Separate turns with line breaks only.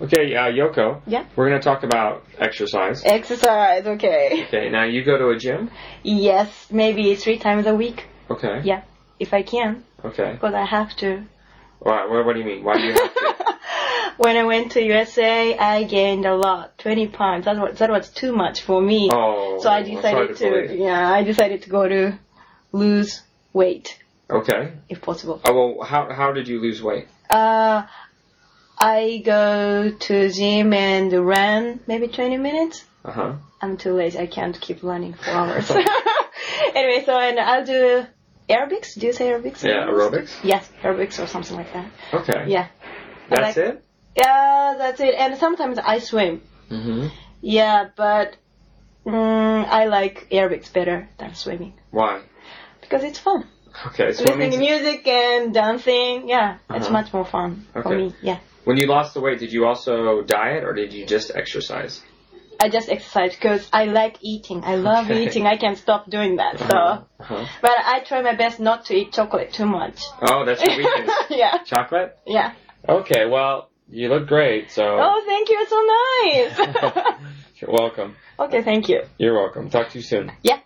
Okay, uh, Yoko.
Yeah. Eh.
We're going to talk about exercise.
Exercise, okay.
Okay, now you go to a gym.
Yes, maybe three times a week.
Okay.
Yeah, if I can,
Okay.
because I have to.
Why, what, what do you mean? Why do you have to?
when I went to USA, I gained a lot, 20 pounds. That was, that was too much for me.
Oh.
so I
it's hard
decided to,
believe.
yeah, I decided to go to lose weight
Okay.
if possible.
Oh well, how how did you lose weight?
Uh, I go to gym and run maybe 20 minutes.
Uh huh.
I'm too lazy. I can't keep running for hours. anyway, so and I'll do aerobics. Do you say aerobics?
Yeah, aerobics.
Yes, aerobics or something like that.
Okay.
Yeah.
That's
like-
it.
Yeah, that's it. And sometimes I swim.
Mm-hmm.
Yeah, but mm, I like aerobics better than swimming
Why?
because it's fun.
Okay.
Listening to
Swimming.
music and dancing. Yeah, it's
Uh-huh.
much more fun for
Okay.
me. Yeah.
When you lost the weight, did you also diet or did you just exercise?
I just exercise because I like eating. I love
Okay.
eating. I can't stop doing that.
Uh-huh.
So, but I try my best not to eat chocolate too much.
Oh, that's your weakness.
yeah,
Chocolate.
yeah.
Okay. Well, you look great. So.
Oh, thank you. So nice.
You're welcome.
okay, thank you.
You're welcome. Talk to you soon.
Yeah.